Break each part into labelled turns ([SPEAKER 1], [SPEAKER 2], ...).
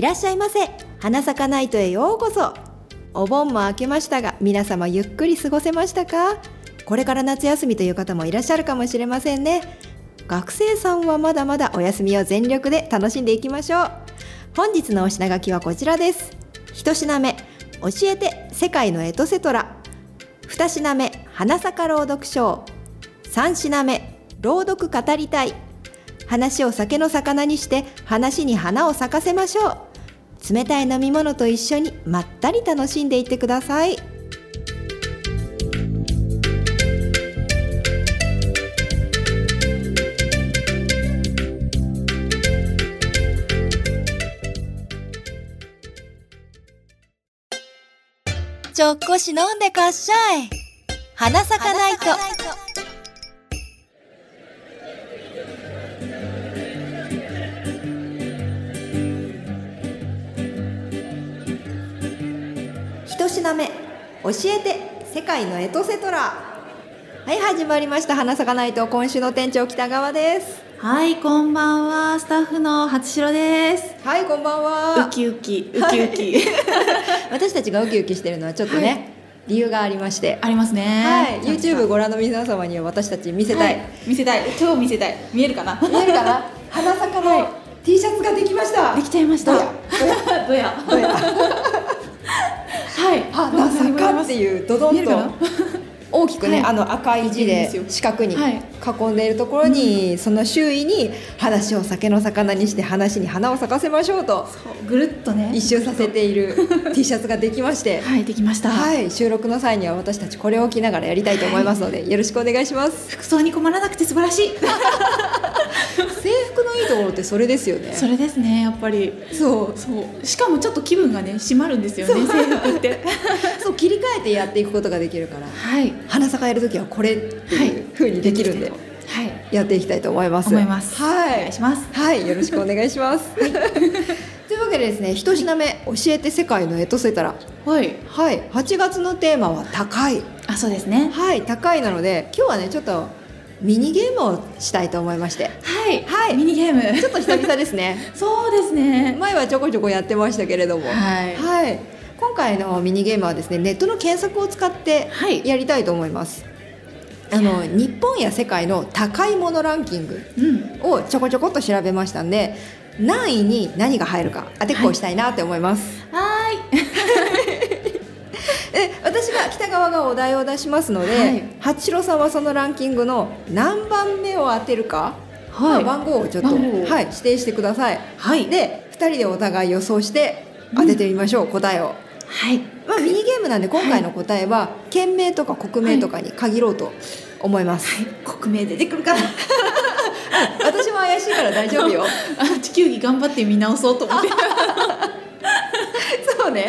[SPEAKER 1] らっしゃいませ花咲かナイトへようこそお盆も明けましたが皆様ゆっくり過ごせましたかこれから夏休みという方もいらっしゃるかもしれませんね学生さんはまだまだお休みを全力で楽しんでいきましょう本日のお品書きはこちらです1品目教えて世界のエトセトラ2品目花坂朗読賞3品目朗読語りたい話を酒の魚にして話に花を咲かせましょう冷たい飲み物と一緒にまったり楽しんでいってくださいちょっこし飲んでかっしゃい花咲かないと一品目教えて世界のエトセトラはい始まりました花咲かないと今週の店長北川です
[SPEAKER 2] はい、こんばんは、スタッフの八代です。
[SPEAKER 1] はいこんばんは
[SPEAKER 2] ウキウキ、ウキウキ、
[SPEAKER 1] 私たちがウキウキしてるのはちょっとね、
[SPEAKER 2] はい
[SPEAKER 1] 理由がありまして
[SPEAKER 2] ありますね。
[SPEAKER 1] はい、
[SPEAKER 2] ちゃんとした
[SPEAKER 1] YouTube ご覧の皆様には私たち見せたい、
[SPEAKER 2] はい見せたい、超見せたい、見える かな。
[SPEAKER 1] 見えるかな花坂の T シャツができました
[SPEAKER 2] できちゃいました。
[SPEAKER 1] ど
[SPEAKER 2] ど
[SPEAKER 1] うや
[SPEAKER 2] や、どうや、
[SPEAKER 1] どうや
[SPEAKER 2] はい、
[SPEAKER 1] 花坂って
[SPEAKER 2] う。
[SPEAKER 1] いうドド
[SPEAKER 2] 見
[SPEAKER 1] ン
[SPEAKER 2] えるか
[SPEAKER 1] と
[SPEAKER 2] な
[SPEAKER 1] 大きくね、
[SPEAKER 2] はい
[SPEAKER 1] あの赤い字
[SPEAKER 2] 見
[SPEAKER 1] で
[SPEAKER 2] えるんですよ
[SPEAKER 1] 四角に
[SPEAKER 2] はい
[SPEAKER 1] 囲んでいるところに、その周囲に話を酒の魚にして話に花を咲かせましょうと
[SPEAKER 2] そうぐるっとね。
[SPEAKER 1] 一周させている T シャツができまして、
[SPEAKER 2] はい、できました。
[SPEAKER 1] はい、収録の際には私たちこれを着ながらやりたいと思いますので、よろしくお願いします
[SPEAKER 2] 服装に困らなくて素晴らしい。
[SPEAKER 1] 制服のいいところってそれですよね
[SPEAKER 2] それですね、やっぱり。
[SPEAKER 1] そう
[SPEAKER 2] そう、しかもちょっと気分がね、締まるんですよね、制服って。
[SPEAKER 1] そう切り替えてやっていくことができるから
[SPEAKER 2] はい、
[SPEAKER 1] 花咲かやるときはこれっていう風にできるんで、
[SPEAKER 2] はい、
[SPEAKER 1] やっていきたいと思います
[SPEAKER 2] 思います。
[SPEAKER 1] は
[SPEAKER 2] お願
[SPEAKER 1] い
[SPEAKER 2] いします。
[SPEAKER 1] はい、よろしくお願いします。というわけでですね、一品目教えて世界のエトセトラ。
[SPEAKER 2] はい。
[SPEAKER 1] はい、8月のテーマは高い。
[SPEAKER 2] あ、そうですね。
[SPEAKER 1] はい、高いなので、今日はね、ちょっとミニゲームをしたいと思いまして。
[SPEAKER 2] はい、
[SPEAKER 1] はい
[SPEAKER 2] ミニゲーム。
[SPEAKER 1] ちょっと久々です ね。
[SPEAKER 2] そうですね。
[SPEAKER 1] 前はちょこちょこやってましたけれども。
[SPEAKER 2] はい
[SPEAKER 1] はい。今回のミニゲームはですね、ネットの検索を使って
[SPEAKER 2] はい。
[SPEAKER 1] やりたいと思います。あの日本や世界の高いものランキング
[SPEAKER 2] うん。
[SPEAKER 1] をちょこちょこっと調べましたんで何位に何が入るか当てっこをしたいなって思います、
[SPEAKER 2] はーい。
[SPEAKER 1] え私が北側がお題を出しますので、
[SPEAKER 2] はい
[SPEAKER 1] 八代さんはそのランキングの何番目を当てるか、
[SPEAKER 2] はい
[SPEAKER 1] まあ番号をちょっと、
[SPEAKER 2] 番号を
[SPEAKER 1] はい、指定してください、
[SPEAKER 2] はい
[SPEAKER 1] で2人でお互い予想して当ててみましょう、答えを、
[SPEAKER 2] はい。
[SPEAKER 1] まあ、ミニゲームなんで今回の答えは県名とか国名とかに限ろうと思います、
[SPEAKER 2] 国名出てくるから。
[SPEAKER 1] 私も怪しいから大丈夫よ
[SPEAKER 2] あ、地球儀頑張って見直そうと 思って。
[SPEAKER 1] そうね。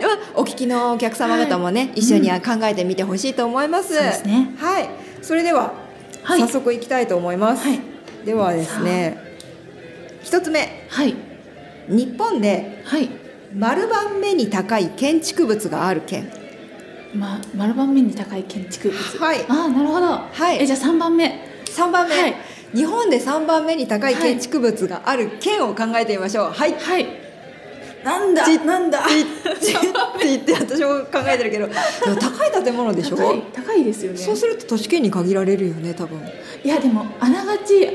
[SPEAKER 1] まあお聞きのお客様方もね、一緒に考えてみてほしいと思います。
[SPEAKER 2] そうですね
[SPEAKER 1] はい。それでは、
[SPEAKER 2] はい
[SPEAKER 1] 早速いきたいと思います。
[SPEAKER 2] はい
[SPEAKER 1] ではですね、一つ目、
[SPEAKER 2] はい。
[SPEAKER 1] 日本で
[SPEAKER 2] はい。
[SPEAKER 1] 丸番目に高い建築物がある県。
[SPEAKER 2] ま丸番目に高い建築物。
[SPEAKER 1] はい
[SPEAKER 2] あー、なるほど。
[SPEAKER 1] はい
[SPEAKER 2] え、じゃあ三番目。
[SPEAKER 1] 三番目、
[SPEAKER 2] はい
[SPEAKER 1] 日本で三番目に高い
[SPEAKER 2] はい
[SPEAKER 1] 建築物がある県を考えてみましょう。はい。
[SPEAKER 2] はい。なんだ
[SPEAKER 1] ち
[SPEAKER 2] なんだ。
[SPEAKER 1] ちって言って私も考えてるけど、でも高い建物でしょ。
[SPEAKER 2] 高い高いですよね。
[SPEAKER 1] そうすると都市圏に限られるよね、多分。
[SPEAKER 2] いやでもあながちか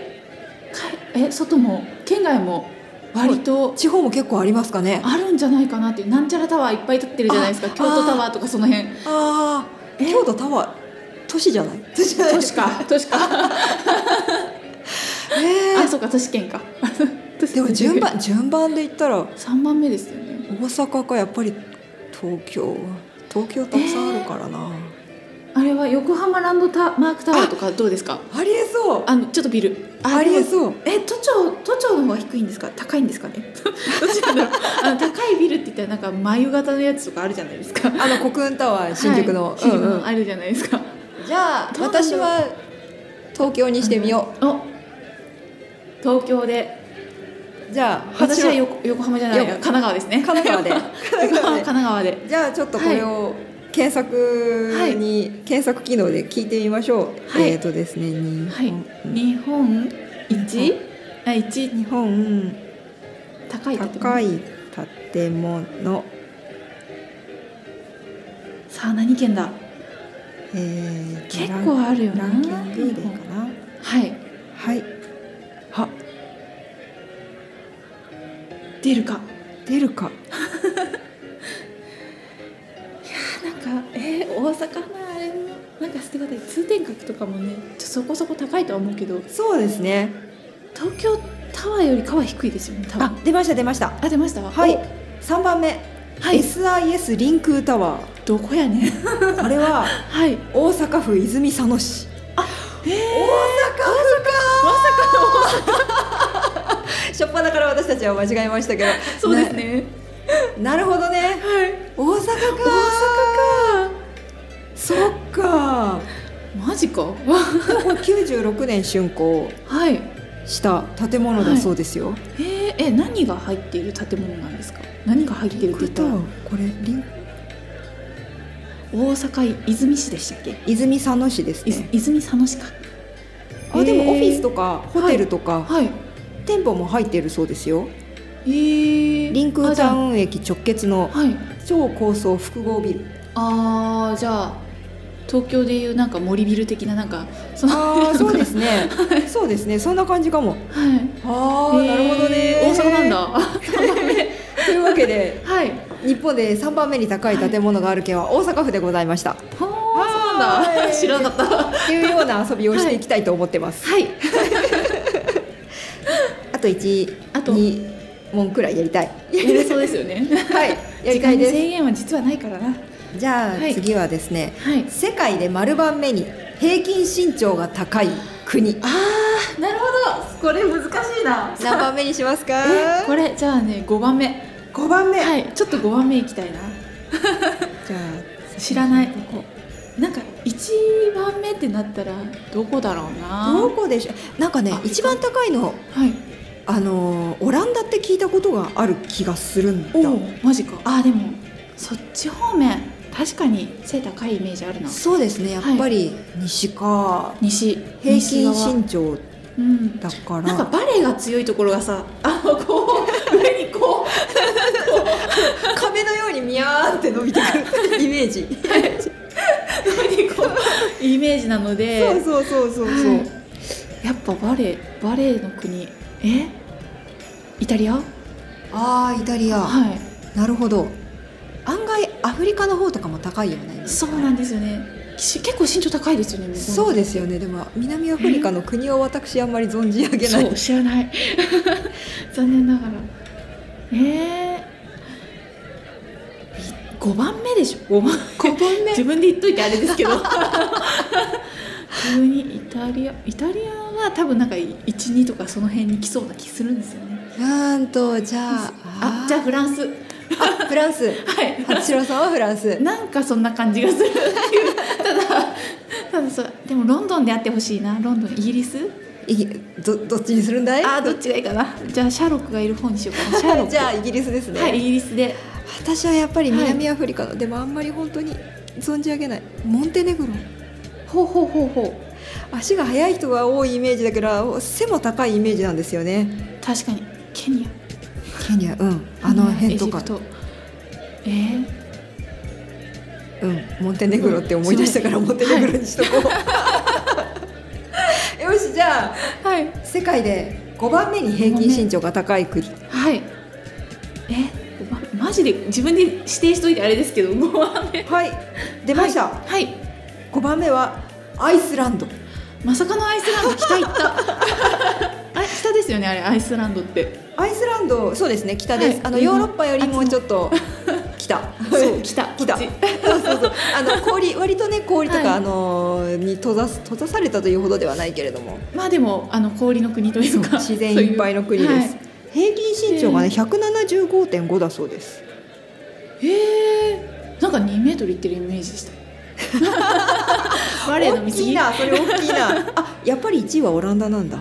[SPEAKER 2] え外も県外も割と
[SPEAKER 1] 地方も結構ありますかね。
[SPEAKER 2] あるんじゃないかなっていうなんちゃらタワーいっぱい立ってるじゃないですか
[SPEAKER 1] あ
[SPEAKER 2] 京都タワーとかその辺
[SPEAKER 1] ああ、
[SPEAKER 2] え
[SPEAKER 1] 京都タワー、都市じゃ ない。都 市じゃ
[SPEAKER 2] 都市か都市か
[SPEAKER 1] え
[SPEAKER 2] あそうか都市圏か 都市圏
[SPEAKER 1] でも順番、順番で言ったら、
[SPEAKER 2] 3番目ですよね
[SPEAKER 1] 大阪かやっぱり東京。東京たくさんあるからな。
[SPEAKER 2] あれは横浜ランドタマークタワーとかどうですか
[SPEAKER 1] ありえそう。
[SPEAKER 2] あのちょっとビル
[SPEAKER 1] ありえそう。
[SPEAKER 2] え都庁都庁の方が低いんですか高いんですかね どっちなんだろうあの高いビルって言ったらなんか眉型のやつとかあるじゃないですか
[SPEAKER 1] あの国運タワー、 新宿の。
[SPEAKER 2] はい新宿
[SPEAKER 1] うん
[SPEAKER 2] の
[SPEAKER 1] うん
[SPEAKER 2] あるじゃないですか、
[SPEAKER 1] じゃあ、
[SPEAKER 2] どうなんだろう
[SPEAKER 1] 私は東京にしてみよ
[SPEAKER 2] お東京で
[SPEAKER 1] う。じゃあ、
[SPEAKER 2] 私は
[SPEAKER 1] 八代
[SPEAKER 2] 横横浜じゃない
[SPEAKER 1] よ
[SPEAKER 2] 神奈川ですね
[SPEAKER 1] 神奈川で
[SPEAKER 2] 横浜 神奈川で
[SPEAKER 1] じゃあちょっとこれを検索に、
[SPEAKER 2] はい
[SPEAKER 1] 検索機能で聞いてみましょう。
[SPEAKER 2] はい
[SPEAKER 1] えっ、とですね、日
[SPEAKER 2] は
[SPEAKER 1] 本、
[SPEAKER 2] い日本一あ一
[SPEAKER 1] 日本
[SPEAKER 2] 高い建物
[SPEAKER 1] 高い建物
[SPEAKER 2] さあ何県だ
[SPEAKER 1] えー、
[SPEAKER 2] 結構あるよな
[SPEAKER 1] ランキングでいいかな
[SPEAKER 2] はい
[SPEAKER 1] はいは
[SPEAKER 2] 出るか
[SPEAKER 1] 出るか
[SPEAKER 2] なんかえー、大阪のあれもなんか捨て方で通天閣とかもねちょそこそこ高いとは思うけど
[SPEAKER 1] そうですね
[SPEAKER 2] 東京タワーよりかは低いですよね多分
[SPEAKER 1] あ出ました出ました
[SPEAKER 2] あ出ました
[SPEAKER 1] はい3番目、
[SPEAKER 2] おはい
[SPEAKER 1] SIS リンクタワ
[SPEAKER 2] どこやねん
[SPEAKER 1] ーこれは
[SPEAKER 2] はいえ
[SPEAKER 1] 大阪府泉佐野市大
[SPEAKER 2] ー、
[SPEAKER 1] 阪府かまさか初っ端から私たちは間違えましたけど
[SPEAKER 2] そうですね
[SPEAKER 1] なるほどね
[SPEAKER 2] はい
[SPEAKER 1] 大阪か
[SPEAKER 2] 大
[SPEAKER 1] そっか
[SPEAKER 2] 阪かマジか
[SPEAKER 1] これ96年竣工
[SPEAKER 2] はい
[SPEAKER 1] した建物だそうですよ、
[SPEAKER 2] えー、え何が入っている建物なんですか何が入っているって言ったら
[SPEAKER 1] これリン
[SPEAKER 2] 大阪泉市でしたっけ、
[SPEAKER 1] 泉佐野市です
[SPEAKER 2] いず
[SPEAKER 1] ね
[SPEAKER 2] 泉佐野市か
[SPEAKER 1] あで
[SPEAKER 2] え
[SPEAKER 1] も
[SPEAKER 2] ー
[SPEAKER 1] オフィスとかホテルとか、
[SPEAKER 2] はい
[SPEAKER 1] 店舗も入っているそうですよ
[SPEAKER 2] えー、
[SPEAKER 1] リンク
[SPEAKER 2] あじゃ
[SPEAKER 1] タ
[SPEAKER 2] あ
[SPEAKER 1] ウン駅直結の
[SPEAKER 2] はい
[SPEAKER 1] 超高層複合ビル
[SPEAKER 2] あーじゃあ東京でいうなんか森ビル的ななんかその
[SPEAKER 1] ああそうですねそうですねそんな感じかも
[SPEAKER 2] はい
[SPEAKER 1] あ
[SPEAKER 2] えー大阪なん だ
[SPEAKER 1] というわけで
[SPEAKER 2] はい
[SPEAKER 1] 日本で3番目に高い建物がある県は大阪府でございましたっ
[SPEAKER 2] ほーそうなん
[SPEAKER 1] は
[SPEAKER 2] だ
[SPEAKER 1] い
[SPEAKER 2] 知らなかったは
[SPEAKER 1] ていうような遊びをしていきたいと思ってます、
[SPEAKER 2] い
[SPEAKER 1] あと1
[SPEAKER 2] あと
[SPEAKER 1] 2問くら いやりたい
[SPEAKER 2] そうですよね
[SPEAKER 1] はいやり
[SPEAKER 2] 時
[SPEAKER 1] た
[SPEAKER 2] 間
[SPEAKER 1] い
[SPEAKER 2] に
[SPEAKER 1] で
[SPEAKER 2] 制限は実はないからなは
[SPEAKER 1] すじゃあ、
[SPEAKER 2] はい
[SPEAKER 1] 次はですね
[SPEAKER 2] い
[SPEAKER 1] 世界で丸番目に平均身長が高い国
[SPEAKER 2] あーなるほどこれ難しいな
[SPEAKER 1] 何番目にしますか
[SPEAKER 2] えこれじゃあね5番目
[SPEAKER 1] 5番目、
[SPEAKER 2] はいちょっと5番目いきたいな
[SPEAKER 1] じゃ
[SPEAKER 2] 知らないこうなんか1番目ってなったらどこだろう
[SPEAKER 1] あど
[SPEAKER 2] な
[SPEAKER 1] こでしょうなんかね
[SPEAKER 2] あ
[SPEAKER 1] 一番高いの
[SPEAKER 2] はい
[SPEAKER 1] あのーオランダって聞いたことがある気がするんだ
[SPEAKER 2] おおマジかあーでもそっち方面確かに背高いイメージあるな
[SPEAKER 1] そうですねやっぱり西か、
[SPEAKER 2] 西
[SPEAKER 1] 平
[SPEAKER 2] 西
[SPEAKER 1] 均
[SPEAKER 2] 側
[SPEAKER 1] 身長
[SPEAKER 2] うん
[SPEAKER 1] だから
[SPEAKER 2] なんかバレエが強いところがさあのこ う上にこう
[SPEAKER 1] 壁のようにミヤーンって伸びてくるイメージ
[SPEAKER 2] 上にこうイメージなので
[SPEAKER 1] そう そうそうそうそう、
[SPEAKER 2] はいやっぱバレエバレエの国えイタリア
[SPEAKER 1] あーイタリア、
[SPEAKER 2] は
[SPEAKER 1] なるほど案外アフリカの方とかも高いよね
[SPEAKER 2] いそうなんですよねし結構身長高いですよね向こ
[SPEAKER 1] そうですよねでも南アフリカの国を私あんまり存じ上げな
[SPEAKER 2] そ
[SPEAKER 1] いう
[SPEAKER 2] 知らない 残念ながらえー、5番目でしょ5番
[SPEAKER 1] 5番
[SPEAKER 2] 自分で言っといてあれですけど急にイタリアイタリアは多分なんか12とかその辺に来そうな気するんですよね
[SPEAKER 1] なんとじゃあ
[SPEAKER 2] あじゃあフランスは
[SPEAKER 1] あフランス
[SPEAKER 2] い
[SPEAKER 1] 八代さんはフランス
[SPEAKER 2] なんかそんな感じがするただただそうでもロンドンであってほしいなロンドンイギリス
[SPEAKER 1] いぎどどっちにするんだい
[SPEAKER 2] あーどっちがいいかなじゃあシャーロックがいる方にしようかなシャーロッ ク
[SPEAKER 1] じゃあイギリスですね、
[SPEAKER 2] はいイギリスで
[SPEAKER 1] 私はやっぱり南アフリカの、でもあんまり本当に存じ上げないモンテネグロ
[SPEAKER 2] ほうほうほうほう
[SPEAKER 1] 足が速い人が多いイメージだから背も高いイメージなんですよね
[SPEAKER 2] 確かにケニ
[SPEAKER 1] ケニアうん
[SPEAKER 2] ア
[SPEAKER 1] あの辺とか
[SPEAKER 2] エジプトえー、
[SPEAKER 1] うんモンテネグロって思い出したからモンテネグロにしとこう、 よしじゃあ
[SPEAKER 2] はい
[SPEAKER 1] 世界で5番目に平均身長が高い国
[SPEAKER 2] はいえまマジで自分で指定しといてあれですけど5番目
[SPEAKER 1] はい出ました、
[SPEAKER 2] はい、はい
[SPEAKER 1] 5番目はアイスランド
[SPEAKER 2] まさかのアイスランド北行った あ下ですよねあれアイスランドって
[SPEAKER 1] アイスランドそうですね北です、
[SPEAKER 2] はい
[SPEAKER 1] あのヨーロッパよりもちょっと 北
[SPEAKER 2] そう北
[SPEAKER 1] 北
[SPEAKER 2] こっち
[SPEAKER 1] そうそうそうあの氷割とね氷とか、
[SPEAKER 2] はい
[SPEAKER 1] あのーに閉ざす閉ざされたというほどではないけれども
[SPEAKER 2] まあでもあの氷の国というか
[SPEAKER 1] 自然いっぱいの国です、
[SPEAKER 2] はい
[SPEAKER 1] 平均身長がね
[SPEAKER 2] え
[SPEAKER 1] 175.5だそうです
[SPEAKER 2] へえなんか2メートルいってるイメージでした バレエの見過
[SPEAKER 1] 大きい
[SPEAKER 2] ぎあ
[SPEAKER 1] なそれ大きいなあやっぱり1位はオランダなんだ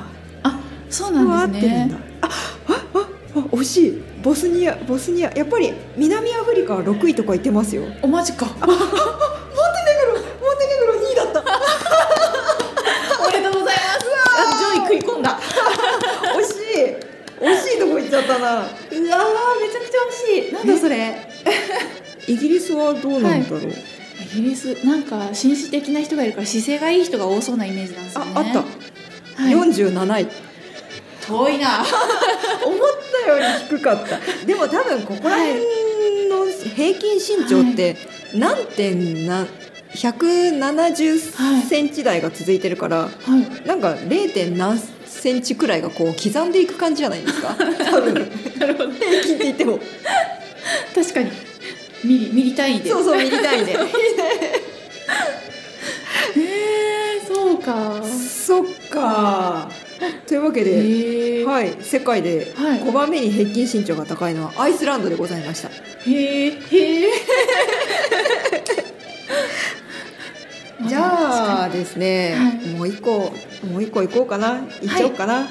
[SPEAKER 2] そうなんです
[SPEAKER 1] うわ合ってる
[SPEAKER 2] ね
[SPEAKER 1] んだああああ惜しいボスニアボスニアやっぱり南アフリカは6位とか言ってますよモンテ
[SPEAKER 2] おマジ か
[SPEAKER 1] ネグロモンテネグロ2位だった
[SPEAKER 2] おめでとうございますあ上位食い込んだ
[SPEAKER 1] 惜しい惜しいとこ行っっちゃったな
[SPEAKER 2] ーめちゃくちゃ美味しいなんだそれ
[SPEAKER 1] イギリスはどうなんだろう、
[SPEAKER 2] イギリスなんか紳士的な人がいるから姿勢がいい人が多そうなイメージなんですよ
[SPEAKER 1] あ
[SPEAKER 2] ね
[SPEAKER 1] あった、
[SPEAKER 2] た、はい、
[SPEAKER 1] 47位
[SPEAKER 2] 遠いな
[SPEAKER 1] 思ったより低かったでも多分ここら辺の平均身長って何点な170センチ台が続いてるから、
[SPEAKER 2] はい
[SPEAKER 1] なんか 0. 点何センチくらいがこう刻んでいく感じじゃないですか多分
[SPEAKER 2] なるほど
[SPEAKER 1] 平均って言っても
[SPEAKER 2] 確かにミリミリ単位で
[SPEAKER 1] そうそうミリ単位で
[SPEAKER 2] へえそうか
[SPEAKER 1] そっかというわけで、
[SPEAKER 2] へえ
[SPEAKER 1] はい、世界で
[SPEAKER 2] はい
[SPEAKER 1] 5番目に平均身長が高いのはアイスランドでございました
[SPEAKER 2] へえへえ
[SPEAKER 1] じゃあですね、
[SPEAKER 2] はい
[SPEAKER 1] もう一個もう一個行こうかな行っちゃおうかな、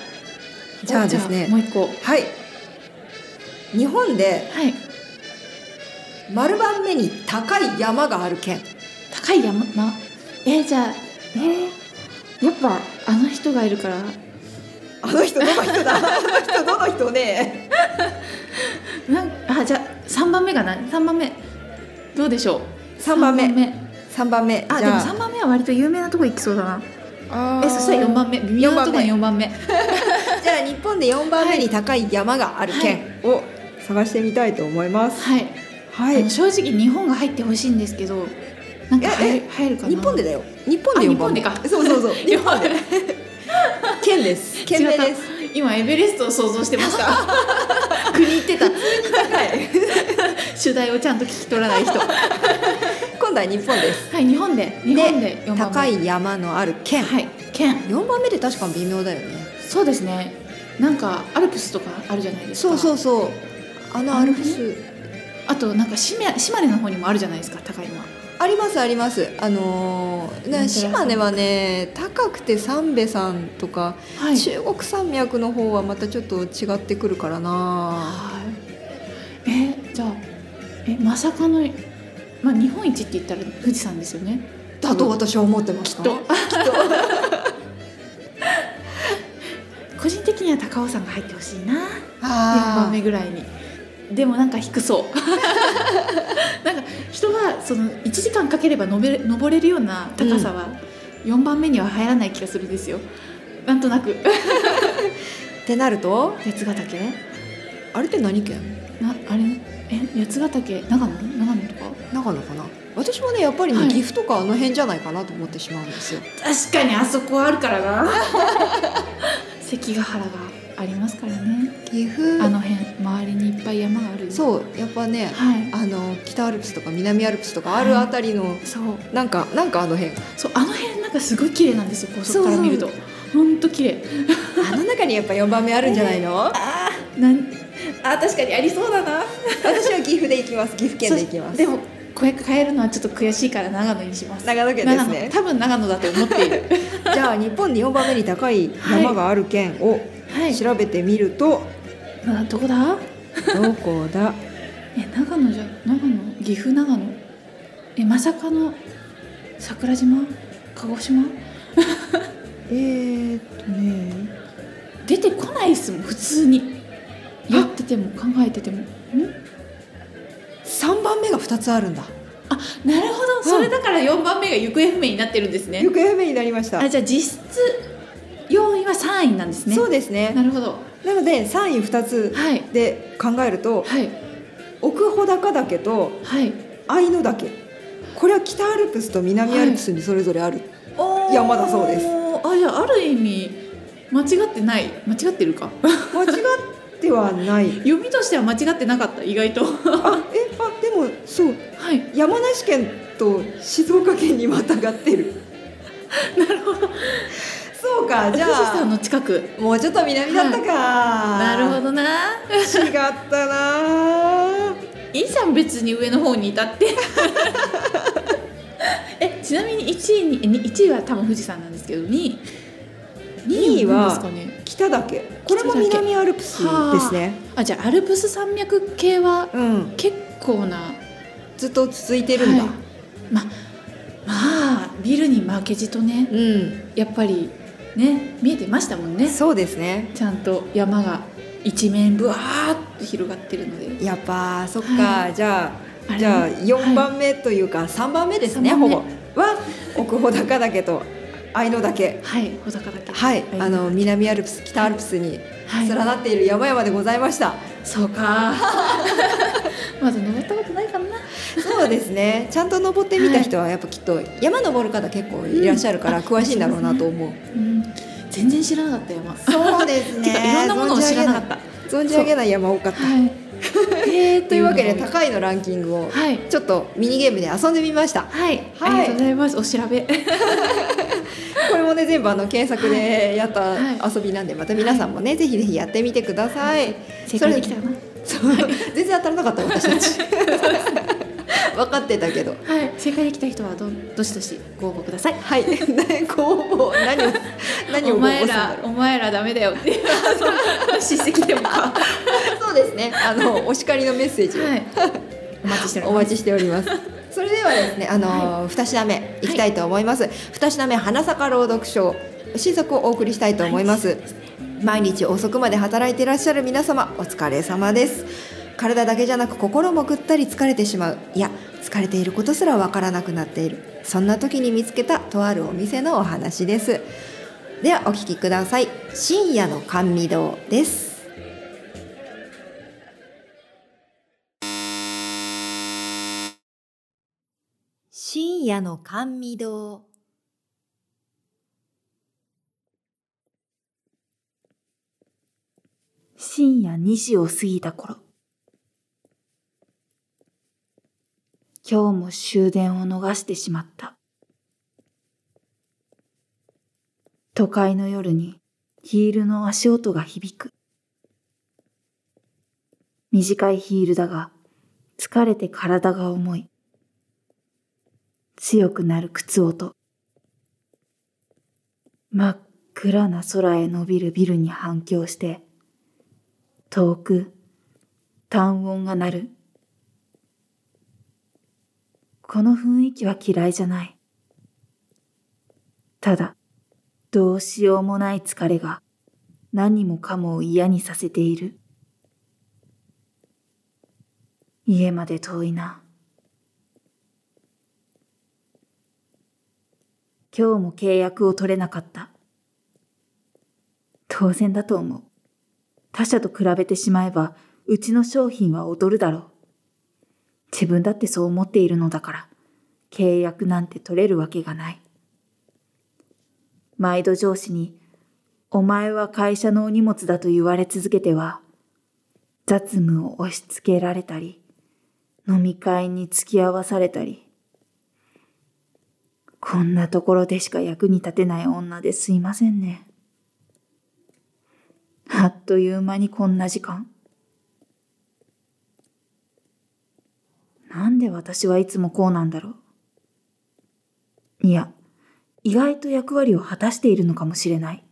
[SPEAKER 1] じゃあです
[SPEAKER 2] じゃあも
[SPEAKER 1] ね
[SPEAKER 2] う一個は
[SPEAKER 1] はい日本で
[SPEAKER 2] い
[SPEAKER 1] 丸番目に高い山がある県
[SPEAKER 2] 高い山なえー、じゃあえー、やっぱあの人がいるから
[SPEAKER 1] あの人どの人 だあの人どの人ね
[SPEAKER 2] なんあじゃあ3番目が何3番目どうでしょう
[SPEAKER 1] 3番
[SPEAKER 2] 三
[SPEAKER 1] 目3番目
[SPEAKER 2] あ
[SPEAKER 1] じ
[SPEAKER 2] でも
[SPEAKER 1] ゃ
[SPEAKER 2] 3番目は割と有名なとこ行きそうだな
[SPEAKER 1] あ
[SPEAKER 2] えそしたら4番目微妙なとこに4番目
[SPEAKER 1] じゃあ日本で4番目に高い山がある県を探してみたいと思います
[SPEAKER 2] はい、
[SPEAKER 1] はい、
[SPEAKER 2] あの正直日本が入ってほしいんですけどなんか
[SPEAKER 1] え
[SPEAKER 2] 入
[SPEAKER 1] え
[SPEAKER 2] 入るかな
[SPEAKER 1] 日本でだよ日本で4
[SPEAKER 2] あ
[SPEAKER 1] 番目
[SPEAKER 2] 日本でか
[SPEAKER 1] そうそうそう 日
[SPEAKER 2] 日
[SPEAKER 1] 本
[SPEAKER 2] 本
[SPEAKER 1] で
[SPEAKER 2] で
[SPEAKER 1] 県です 県名です
[SPEAKER 2] 違った今エベレストを想像してました 国行ってた
[SPEAKER 1] 高い
[SPEAKER 2] 主題をちゃんと聞き取らない人は
[SPEAKER 1] 今度は日本です
[SPEAKER 2] い日本で日本で4番目
[SPEAKER 1] 高い山のある県、
[SPEAKER 2] はい県
[SPEAKER 1] 4番目で確か微妙だよね
[SPEAKER 2] そうですねなんかアルプスとかあるじゃないですか
[SPEAKER 1] そうそううそうあのアルプス
[SPEAKER 2] あとなんか島根島根の方にもあるじゃないですか高いのは
[SPEAKER 1] ありますありますあのー
[SPEAKER 2] なんてら
[SPEAKER 1] ね
[SPEAKER 2] っしゃる
[SPEAKER 1] 島根はね高くて三瓶山とか、
[SPEAKER 2] はい
[SPEAKER 1] 中国山脈の方はまたちょっと違ってくるからな
[SPEAKER 2] はいえじゃあえまさかの、まあ、日本一って言ったら富士山ですよね
[SPEAKER 1] だと私は思ってます
[SPEAKER 2] きっと個人的には高尾山が入ってほしいな4
[SPEAKER 1] あ
[SPEAKER 2] 番
[SPEAKER 1] ー
[SPEAKER 2] 目ぐらいにでもなんか低そう なんか人はその1時間かければ登れ登れるような高さは4番目には入らない気がするんですよなんとな く
[SPEAKER 1] ってなると
[SPEAKER 2] 八ヶ岳
[SPEAKER 1] あれって何県
[SPEAKER 2] なあれえ八ヶ岳長野長野とか
[SPEAKER 1] 長野かな私もねやっぱりね、
[SPEAKER 2] はい
[SPEAKER 1] 岐阜とかあの辺じゃないかなと思ってしまうんですよ
[SPEAKER 2] 確かにあそこあるからな 関ヶ原がありますからね
[SPEAKER 1] 岐阜
[SPEAKER 2] あの辺周りにいっぱい山があるう
[SPEAKER 1] そうやっぱね
[SPEAKER 2] はい
[SPEAKER 1] あの北アルプスとか南アルプスとかあるあたりの、
[SPEAKER 2] そう
[SPEAKER 1] なんかなんかあの辺
[SPEAKER 2] そうあの辺なんかすごい綺麗なんですよ高
[SPEAKER 1] そう
[SPEAKER 2] 速から見ると本当綺麗
[SPEAKER 1] あの中にやっぱ4番目あるんじゃないの
[SPEAKER 2] あーなんあー確かにありそうだな
[SPEAKER 1] 私は岐阜で行きます岐阜県で行きま
[SPEAKER 2] そ
[SPEAKER 1] す
[SPEAKER 2] でもこれ変えるのはちょっと悔しいから長野にします
[SPEAKER 1] 長野県ですね
[SPEAKER 2] 長野多分長野だと思ってい る
[SPEAKER 1] じゃあ日本で4番目に高い山がある県を
[SPEAKER 2] はい
[SPEAKER 1] 調べてみると、
[SPEAKER 2] あどこだ
[SPEAKER 1] どこだ
[SPEAKER 2] え長野じゃ長野岐阜長野えまさかの桜島鹿児島
[SPEAKER 1] えーっとね
[SPEAKER 2] 出てこないっすもん普通にやってても考えててもん
[SPEAKER 1] 3番目が2つあるんだ
[SPEAKER 2] あなるほどそれだから4番目が行方不明になってるんですね
[SPEAKER 1] 行方不明になりました、
[SPEAKER 2] あじゃあ実質4位は3位なんですね
[SPEAKER 1] そうですね
[SPEAKER 2] なるほど
[SPEAKER 1] なので3位2つ
[SPEAKER 2] はい
[SPEAKER 1] で考えると
[SPEAKER 2] はい
[SPEAKER 1] 奥穂高岳と
[SPEAKER 2] はい
[SPEAKER 1] 愛の岳これは北アルプスと南アルプスにそれぞれある、
[SPEAKER 2] お
[SPEAKER 1] ー山だそうです
[SPEAKER 2] あじゃあある意味間違ってない間違ってるか
[SPEAKER 1] 間違ってはない
[SPEAKER 2] 読みとしては間違ってなかった意外とは
[SPEAKER 1] あえあでもそう
[SPEAKER 2] い
[SPEAKER 1] 山梨県と静岡県にまたがって るなるほどそうかじゃ
[SPEAKER 2] 富士山
[SPEAKER 1] あ
[SPEAKER 2] の近く
[SPEAKER 1] もうちょっと南だったか、
[SPEAKER 2] なるほどな
[SPEAKER 1] 違ったない
[SPEAKER 2] いじゃん別に上の方にいたって えちなみに1位にえに1位は多分富士山なんですけどに
[SPEAKER 1] 二位は
[SPEAKER 2] 何ですかね
[SPEAKER 1] 北岳これも南アルプスですね
[SPEAKER 2] あじゃあアルプス山脈系は
[SPEAKER 1] うん
[SPEAKER 2] 結構な
[SPEAKER 1] ずっと続いてるんだ、
[SPEAKER 2] はいままあビルに負けじとね
[SPEAKER 1] う
[SPEAKER 2] やっぱりね見えてましたもんね
[SPEAKER 1] んそうですね
[SPEAKER 2] ちゃんと山が一面ぶわーっと広がってるので
[SPEAKER 1] やっぱそっか、
[SPEAKER 2] は
[SPEAKER 1] じゃ
[SPEAKER 2] あ
[SPEAKER 1] あ
[SPEAKER 2] れ
[SPEAKER 1] じゃあ
[SPEAKER 2] は
[SPEAKER 1] 4
[SPEAKER 2] い
[SPEAKER 1] 番目というか3番目ですね、
[SPEAKER 2] 三
[SPEAKER 1] ほ
[SPEAKER 2] 番目
[SPEAKER 1] ぼは奥穂高岳と愛の岳
[SPEAKER 2] はい穂高岳
[SPEAKER 1] はい
[SPEAKER 2] はい
[SPEAKER 1] あの南アルプス北アルプスに
[SPEAKER 2] はい
[SPEAKER 1] 連なっている山々でございました、
[SPEAKER 2] そうか まだ登ったことないかな
[SPEAKER 1] そうですねちゃんと登ってみた人はやっぱきっと山登る方結構いらっしゃるから詳しいんだろうなと思う、
[SPEAKER 2] うん全然知らなかった山
[SPEAKER 1] そうです
[SPEAKER 2] てかいろんなものを知らなかった
[SPEAKER 1] 存じ上げない山多かった、
[SPEAKER 2] はいえー
[SPEAKER 1] というわけで
[SPEAKER 2] は
[SPEAKER 1] 高いのランキングを
[SPEAKER 2] い
[SPEAKER 1] ちょっとミニゲームで遊んでみました
[SPEAKER 2] はい、
[SPEAKER 1] はい
[SPEAKER 2] ありがとうございますお調べ
[SPEAKER 1] これもね全部あの検索でやった
[SPEAKER 2] はい
[SPEAKER 1] 遊びなんでまた皆さんもね、ぜひぜひやってみてください、
[SPEAKER 2] 正
[SPEAKER 1] それ
[SPEAKER 2] 解できたかな
[SPEAKER 1] そう全然当たらなかった私た ち分かってたけど
[SPEAKER 2] はい正解できた人はどどしどしご応募ください
[SPEAKER 1] はい ねご応募何を何を
[SPEAKER 2] お
[SPEAKER 1] ご応募する
[SPEAKER 2] 前
[SPEAKER 1] んだ
[SPEAKER 2] ら
[SPEAKER 1] ろ
[SPEAKER 2] お前らダメだよっていう 叱責でもかは
[SPEAKER 1] うそうですねあのお叱りのメッセージ
[SPEAKER 2] いお待ちしてお
[SPEAKER 1] をお
[SPEAKER 2] ります
[SPEAKER 1] 待ちしており ますそれではですねあの、二品目いきたいと思います、二品目花坂朗読賞新作をお送りしたいと思います、毎日遅くまで働いていらっしゃる皆様お疲れ様です体だけじゃなく心もぐったり疲れてしまういや疲れていることすらわからなくなっているそんな時に見つけたとあるお店のお話ですではお聞きください深夜の甘味堂です深夜の甘味堂
[SPEAKER 3] 深夜2時を過ぎた頃。今日も終電を逃してしまった。都会の夜にヒールの足音が響く。短いヒールだが、疲れて体が重い。強くなる靴音。真っ暗な空へ伸びるビルに反響して、遠く、単音が鳴る。この雰囲気は嫌いじゃない。ただ、どうしようもない疲れが何もかもを嫌にさせている。家まで遠いな。今日も契約を取れなかった。当然だと思う。他社と比べてしまえば、うちの商品は劣るだろう。自分だってそう思っているのだから、契約なんて取れるわけがない。毎度上司に、お前は会社のお荷物だと言われ続けては、雑務を押し付けられたり、飲み会に付き合わされたり、こんなところでしか役に立てない女ですいませんね。あっという間にこんな時間。なんで私はいつもこうなんだろう。いや、意外と役割を果たしているのかもしれない。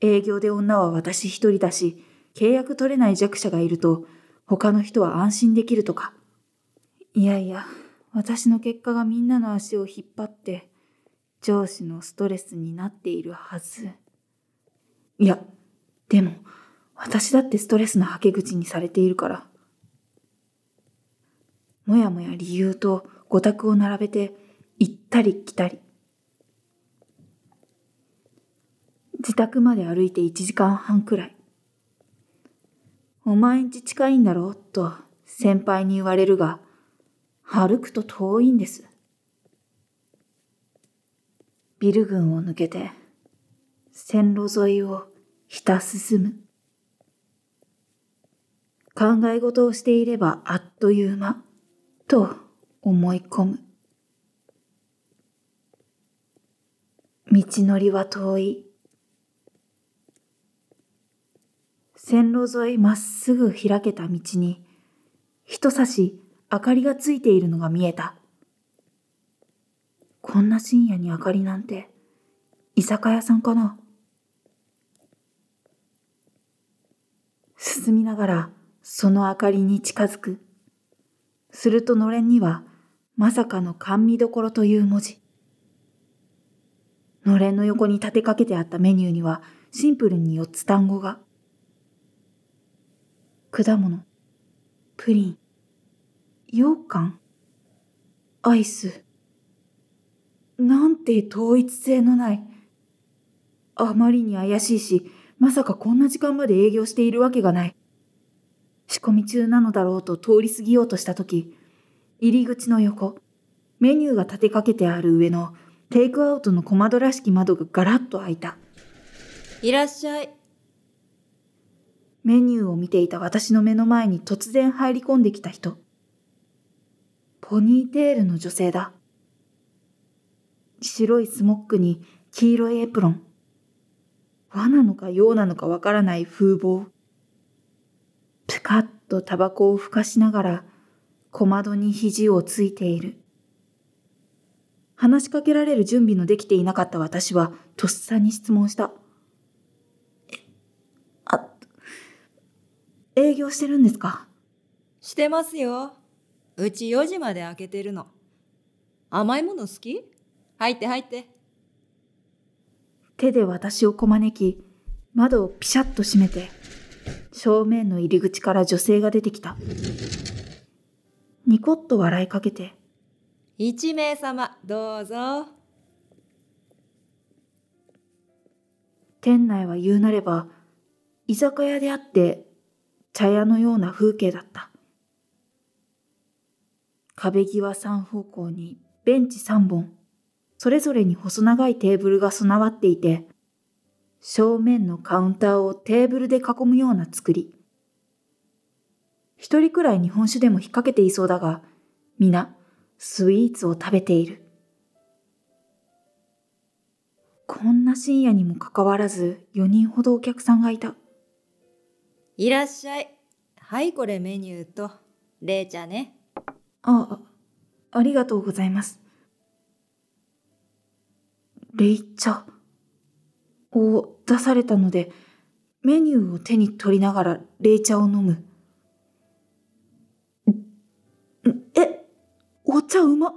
[SPEAKER 3] 営業で女は私一人だし、契約取れない弱者がいると、他の人は安心できるとか。いやいや、私の結果がみんなの足を引っ張って、上司のストレスになっているはず。いや、でも、私だってストレスのはけ口にされているから。もやもや理由と語卓を並べて、行ったり来たり。自宅まで歩いて1時間半くらい。お前んち近いんだろと先輩に言われるが、歩くと遠いんです。ビル群を抜けて、線路沿いをひた進む。考え事をしていればあっという間、と思い込む。道のりは遠い。線路沿いまっすぐ開けた道に、人差し明かりがついているのが見えた。こんな深夜に明かりなんて、居酒屋さんかな進みながらその明かりに近づく。するとのれんにはまさかの甘味どころという文字。のれんの横に立てかけてあったメニューにはシンプルに4つ単語が。果物、プリン、羊羹、アイス。なんて統一性のない。あまりに怪しいし、まさかこんな時間まで営業しているわけがない。仕込み中なのだろうと通り過ぎようとしたとき、入り口の横、メニューが立てかけてある上のテイクアウトの小窓らしき窓がガラッと開いた。
[SPEAKER 1] いらっしゃい。
[SPEAKER 3] メニューを見ていた私の目の前に突然入り込んできた人。ポニーテールの女性だ。白いスモックに黄色いエプロン。和なのか洋なのかわからない風貌。ぷかっとタバコをふかしながら小窓に肘をついている。話しかけられる準備のできていなかった私はとっさに質問した。あ、営業してるんですか
[SPEAKER 1] してますよ。うち4時まで開けてるの。甘いもの好き入って入って。
[SPEAKER 3] 手で私をこまねき、窓をピシャッと閉めて、正面の入り口から女性が出てきた。ニコッと笑いかけて、
[SPEAKER 1] 1名様、どうぞ。
[SPEAKER 3] 店内は言うなれば、居酒屋であって、茶屋のような風景だった。壁際三方向にベンチ三本、それぞれに細長いテーブルが備わっていて、正面のカウンターをテーブルで囲むような作り。一人くらい日本酒でも引っ掛けていそうだが、皆、スイーツを食べている。こんな深夜にもかかわらず4人ほどお客さんがいた。
[SPEAKER 1] いらっしゃい。はい、これメニューと、冷茶ね。
[SPEAKER 3] あ、あありがとうございます。レイ茶を出されたので、メニューを手に取りながらレイ茶を飲む。んんえ、お茶うま。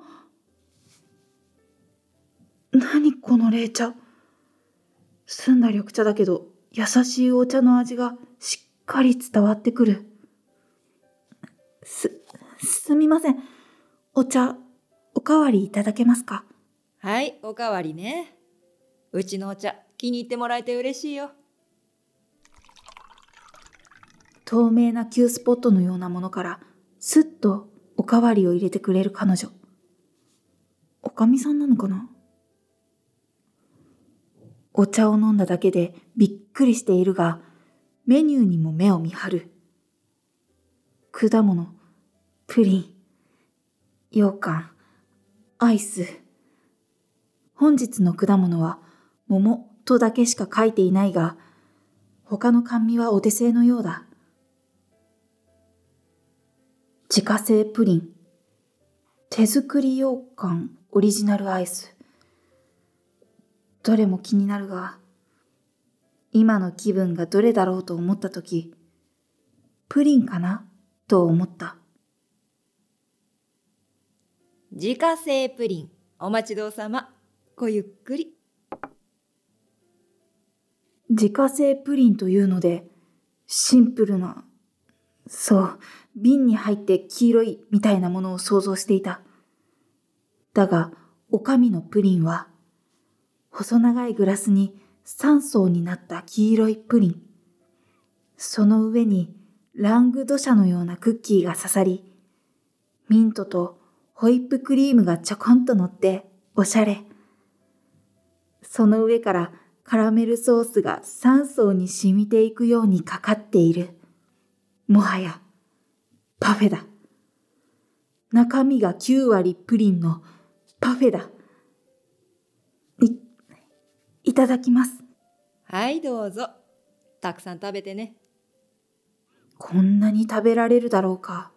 [SPEAKER 3] 何このレイ茶。澄んだ緑茶だけど、優しいお茶の味がしっかり伝わってくる。す、すみません。お茶、おかわりいただけますか
[SPEAKER 1] はい、おかわりね。うちのお茶、気に入ってもらえて嬉しいよ。
[SPEAKER 3] 透明な急スポットのようなものから、すっとおかわりを入れてくれる彼女。おかみさんなのかなお茶を飲んだだけでびっくりしているが、メニューにも目を見張る。果物、プリン、羊羹、アイス。本日の果物は桃とだけしか書いていないが、他の甘味はお手製のようだ。自家製プリン。手作り羊羹オリジナルアイス。どれも気になるが、今の気分がどれだろうと思ったとき、プリンかなと思った。
[SPEAKER 1] 自家製プリン、お待ちどうさま。ごゆっくり。
[SPEAKER 3] 自家製プリンというので、シンプルな、そう、瓶に入って黄色いみたいなものを想像していた。だが、おかみのプリンは、細長いグラスに3層になった黄色いプリン。その上にラングドシャのようなクッキーが刺さり、ミントとホイップクリームがちょこんと乗っておしゃれ。その上からカラメルソースが3層に染みていくようにかかっている。もはや、パフェだ。中身が9割プリンのパフェだ。い、いただきます。
[SPEAKER 1] はい、どうぞ。たくさん食べてね。
[SPEAKER 3] こんなに食べられるだろうか、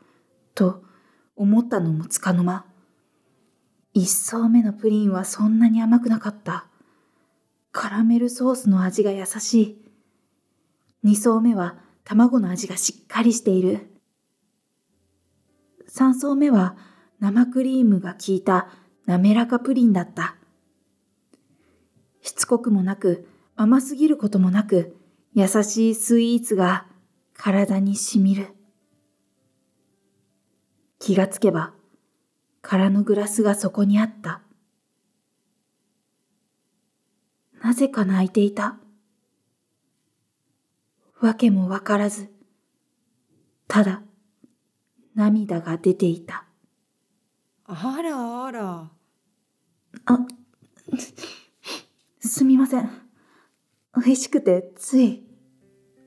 [SPEAKER 3] と思ったのもつかの間。一層目のプリンはそんなに甘くなかった。カラメルソースの味が優しい。二層目は卵の味がしっかりしている。三層目は生クリームが効いた滑らかプリンだった。しつこくもなく、甘すぎることもなく、優しいスイーツが体にしみる。気がつけば、空のグラスがそこにあった。なぜか泣いていた。わけもわからず、ただ、涙が出ていた。
[SPEAKER 1] あらあら。
[SPEAKER 3] あ、すみません。美味しくて、つい、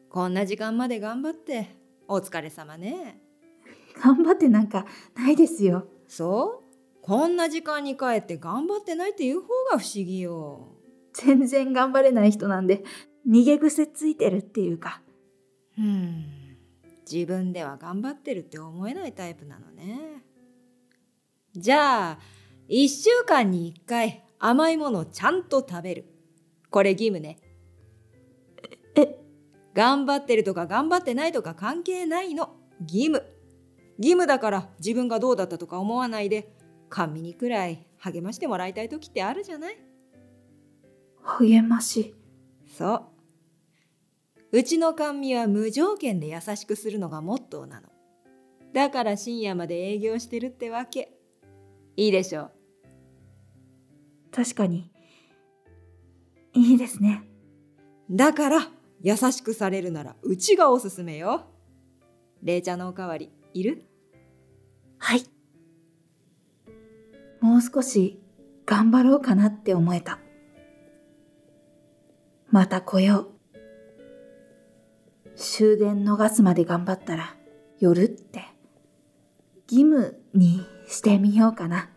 [SPEAKER 1] こんな時間まで頑張って。お疲れ様ね。
[SPEAKER 3] 頑張ってなんかないですよ。
[SPEAKER 1] そうこんな時間に帰って頑張ってないっていう方が不思議よ。
[SPEAKER 3] 全然頑張れない人なんで、逃げ癖ついてるっていうか。
[SPEAKER 1] うん。自分では頑張ってるって思えないタイプなのね。じゃあ、1週間に1回甘いものをちゃんと食べる。これ義務ね。
[SPEAKER 3] え、
[SPEAKER 1] 頑張ってるとか頑張ってないとか関係ないの義務義務だから自分がどうだったとか思わないで甘味にくらい励ましてもらいたい時ってあるじゃない
[SPEAKER 3] 励まし。
[SPEAKER 1] そううちの甘味は無条件で優しくするのがモットーなのだから深夜まで営業してるってわけいいでしょう
[SPEAKER 3] 確かに。いいですね。
[SPEAKER 1] だから優しくされるならうちがおすすめよ冷茶のおかわりいる
[SPEAKER 3] はい。もう少し頑張ろうかなって思えた。また来よう。終電逃すまで頑張ったら夜って義務にしてみようかな。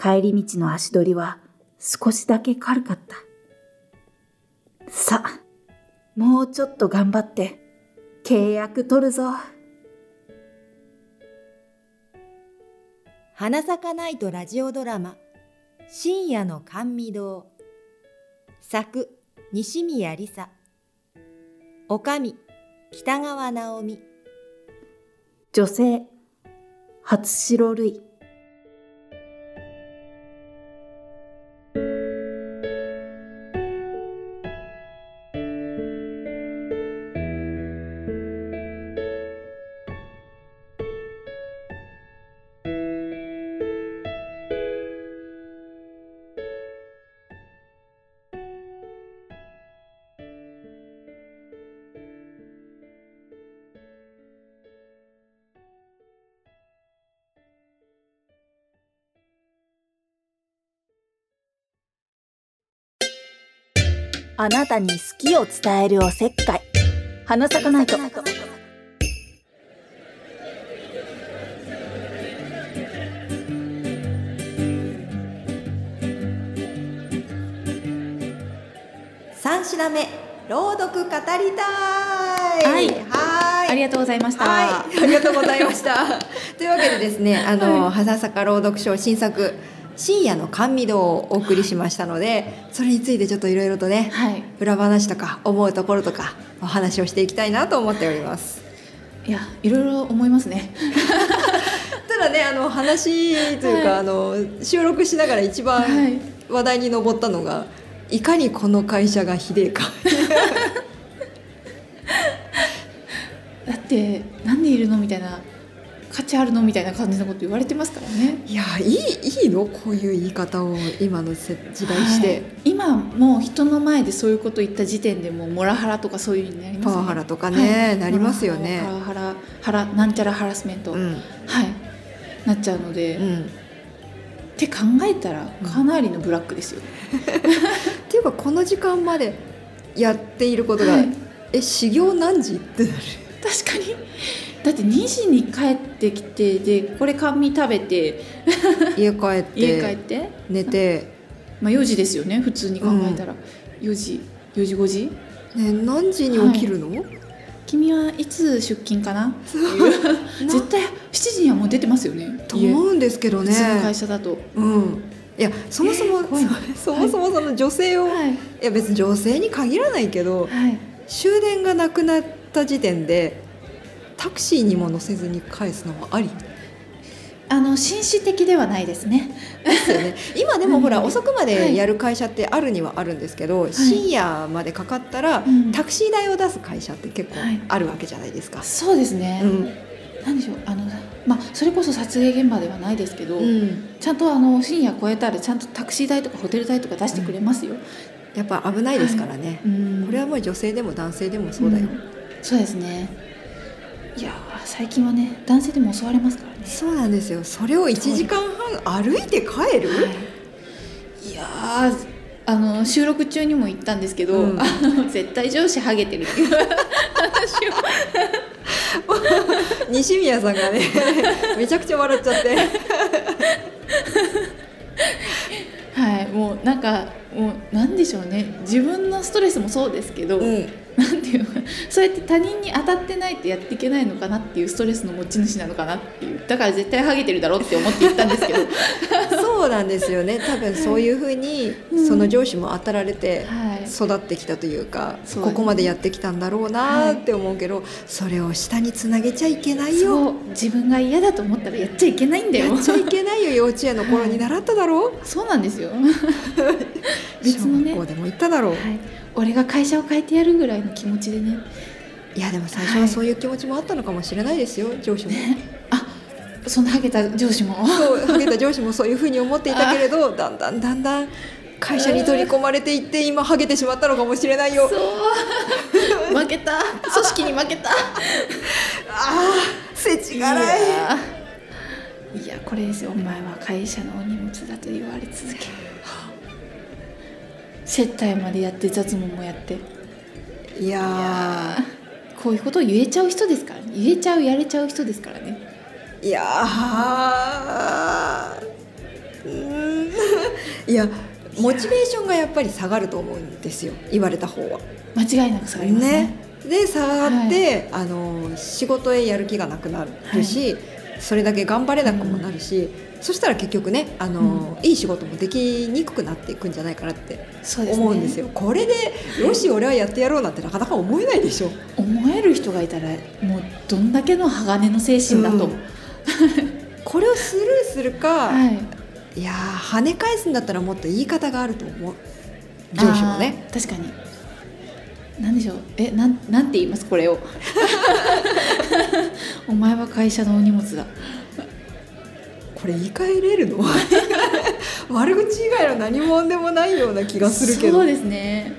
[SPEAKER 3] 帰り道の足取りは少しだけ軽かった。さあ、もうちょっと頑張って契約取るぞ。
[SPEAKER 1] 花咲かないとラジオドラマ「深夜の甘味堂」作西宮梨沙おかみ北川直美
[SPEAKER 3] 女性、初白類。あなたに好きを伝えるおせっかい。花咲かないと。
[SPEAKER 1] 3品目朗読語りたい
[SPEAKER 2] はい
[SPEAKER 1] は
[SPEAKER 2] ありがとうございました。
[SPEAKER 1] はい、ありがとうございました。 というわけでですね、あの、花坂朗読賞新作。深夜の甘味堂をお送りしましたので、それについてちょっといろいろとね、
[SPEAKER 2] はい
[SPEAKER 1] 裏話とか思うところとかお話をしていきたいなと思っております。
[SPEAKER 2] いや、いろいろ思いますね。
[SPEAKER 1] ただね、あの話というか、
[SPEAKER 2] はい
[SPEAKER 1] あの収録しながら一
[SPEAKER 2] は
[SPEAKER 1] 番
[SPEAKER 2] い
[SPEAKER 1] 話題に上ったのが、い、かにこの会社がひでえか。
[SPEAKER 2] だって、なんでいるのみたいな。価値あるのみたいな感じのこと言われてますからね。
[SPEAKER 1] いや、いいいいのこういう言い方を今のせ時代して。
[SPEAKER 2] はい今もう人の前でそういうこと言った時点でもうモラハラとかそういうのになります
[SPEAKER 1] パワハラとかね、
[SPEAKER 2] はい
[SPEAKER 1] なりますよね。
[SPEAKER 2] モラハラハラハラなんちゃらハラスメン
[SPEAKER 1] う
[SPEAKER 2] ト、はい
[SPEAKER 1] ん、
[SPEAKER 2] なっちゃうので、
[SPEAKER 1] う
[SPEAKER 2] っ
[SPEAKER 1] ん、って
[SPEAKER 2] 考えたらかなりのブラックですよ、
[SPEAKER 1] ていうかこの時間までやっていることが、
[SPEAKER 2] はい
[SPEAKER 1] え修行何時ってなる
[SPEAKER 2] 確かにだって2時に帰ってきてでこれ甘味食べて
[SPEAKER 1] 家帰って
[SPEAKER 2] 家帰って、
[SPEAKER 1] 寝て、
[SPEAKER 2] まあ、4時ですよね普通に考えたら、4時4時5時
[SPEAKER 1] ね、何時に起きるの、
[SPEAKER 2] 君はいつ出勤かなっていう
[SPEAKER 1] な
[SPEAKER 2] 絶対7時にはもう出てますよね
[SPEAKER 1] と思うんですけど
[SPEAKER 2] 家
[SPEAKER 1] ね
[SPEAKER 2] 普通の会社だと、
[SPEAKER 1] うんいやそもそも、
[SPEAKER 2] えー怖い
[SPEAKER 1] そそもそもその女性を、い、
[SPEAKER 2] はい
[SPEAKER 1] や別に女性に限らないけど
[SPEAKER 2] はい
[SPEAKER 1] 終電がなくなった時点でタクシーにも乗せずに返すのはあり
[SPEAKER 2] あの紳士的ではないですね
[SPEAKER 1] ですよ ね今でもほら
[SPEAKER 2] はい
[SPEAKER 1] 遅くまでやる会社ってあるにはあるんですけど、深夜までかかったら、
[SPEAKER 2] うん
[SPEAKER 1] タクシー代を出す会社って結構
[SPEAKER 2] はい
[SPEAKER 1] あるわけじゃないですか。
[SPEAKER 2] そうですね、
[SPEAKER 1] うん
[SPEAKER 2] なんでしょうあの、まあ、それこそ撮影現場ではないですけど、
[SPEAKER 1] うん、
[SPEAKER 2] ちゃんとあの深夜超えたらちゃんとタクシー代とかホテル代とか出してくれますよ、
[SPEAKER 1] やっぱ危ないですからね、
[SPEAKER 2] うん
[SPEAKER 1] これはもう女性でも男性でもそうだよ、
[SPEAKER 2] んそうですねいやー最近はね男性でも襲われますからね
[SPEAKER 1] そうなんですよそれを1時間半歩いて帰る、
[SPEAKER 2] いやーあの収録中にも言ったんですけど、
[SPEAKER 1] うん
[SPEAKER 2] あの絶対上司ハゲてるっていう話を
[SPEAKER 1] 西宮さんがね めちゃくちゃ笑っちゃって
[SPEAKER 2] はいもうなんかもうなんでしょうね自分のストレスもそうですけど、
[SPEAKER 1] うん
[SPEAKER 2] なんていうのかそうやって他人に当たってないとやっていけないのかなっていうストレスの持ち主なのかなっていうだから絶対ハゲてるだろうって思って言ったんで すけど
[SPEAKER 1] そうなんですよね多分そういうふうに
[SPEAKER 2] うん
[SPEAKER 1] その上司も当たられて
[SPEAKER 2] はい
[SPEAKER 1] 育ってきたというか、
[SPEAKER 2] そう
[SPEAKER 1] ここまでやってきたんだろうなーって思うけど、それを下につなげちゃいけないよ
[SPEAKER 2] そう自分が嫌だと思ったらやっちゃいけないんだ
[SPEAKER 1] や
[SPEAKER 2] よ
[SPEAKER 1] っちゃいけないよ幼稚園の頃に習っただろう、
[SPEAKER 2] そうなんで すよ別のね
[SPEAKER 1] 小学校でも言っただろう、
[SPEAKER 2] はい、俺が会社を変えてやるぐらいの気持ちでね
[SPEAKER 1] い、やでも最初はそういう気持ちもあったのかもしれないですよ上司も。
[SPEAKER 2] あそんなハゲた 上司も
[SPEAKER 1] そうハゲた上司もそういうふうに思っていたけれどだんだんだんだん会社に取り込まれていって今ハゲてしまったのかもしれないよ
[SPEAKER 2] そう負けた組織に負けた
[SPEAKER 1] あー世知辛い
[SPEAKER 2] いやこれですよお前は会社のお荷物だと言われ続け接待までやって雑務もやって
[SPEAKER 1] いや
[SPEAKER 2] こういうことを言えちゃう人ですからね言えちゃうやれちゃう人ですからね
[SPEAKER 1] ーいやーうーん いやモチベーションがやっぱり下がると思うんですよ言われた方は。
[SPEAKER 2] 間違いなく下がりますね
[SPEAKER 1] で下がって、あの仕事へやる気がなくなるし、それだけ頑張れなくもなるし、そしたら結局ねあの、いい仕事もできにくくなっていくんじゃないかなって
[SPEAKER 2] そうですね
[SPEAKER 1] 思うんですよ。これでよし俺はやってやろうなんてなかなか思えないでしょ。
[SPEAKER 2] 思える人がいたらもうどんだけの鋼の精神だと、
[SPEAKER 1] うんこれをスルーするか、
[SPEAKER 2] はい
[SPEAKER 1] いやー跳ね返すんだったらもっと言い方があると思う上司もね
[SPEAKER 2] あー確かに何でしょうえなんなんて言います これをお前は会社のお荷物だ
[SPEAKER 1] これ言い換えれるの 悪口以外の何もんでもないような気がするけ
[SPEAKER 2] そ
[SPEAKER 1] ど
[SPEAKER 2] うですね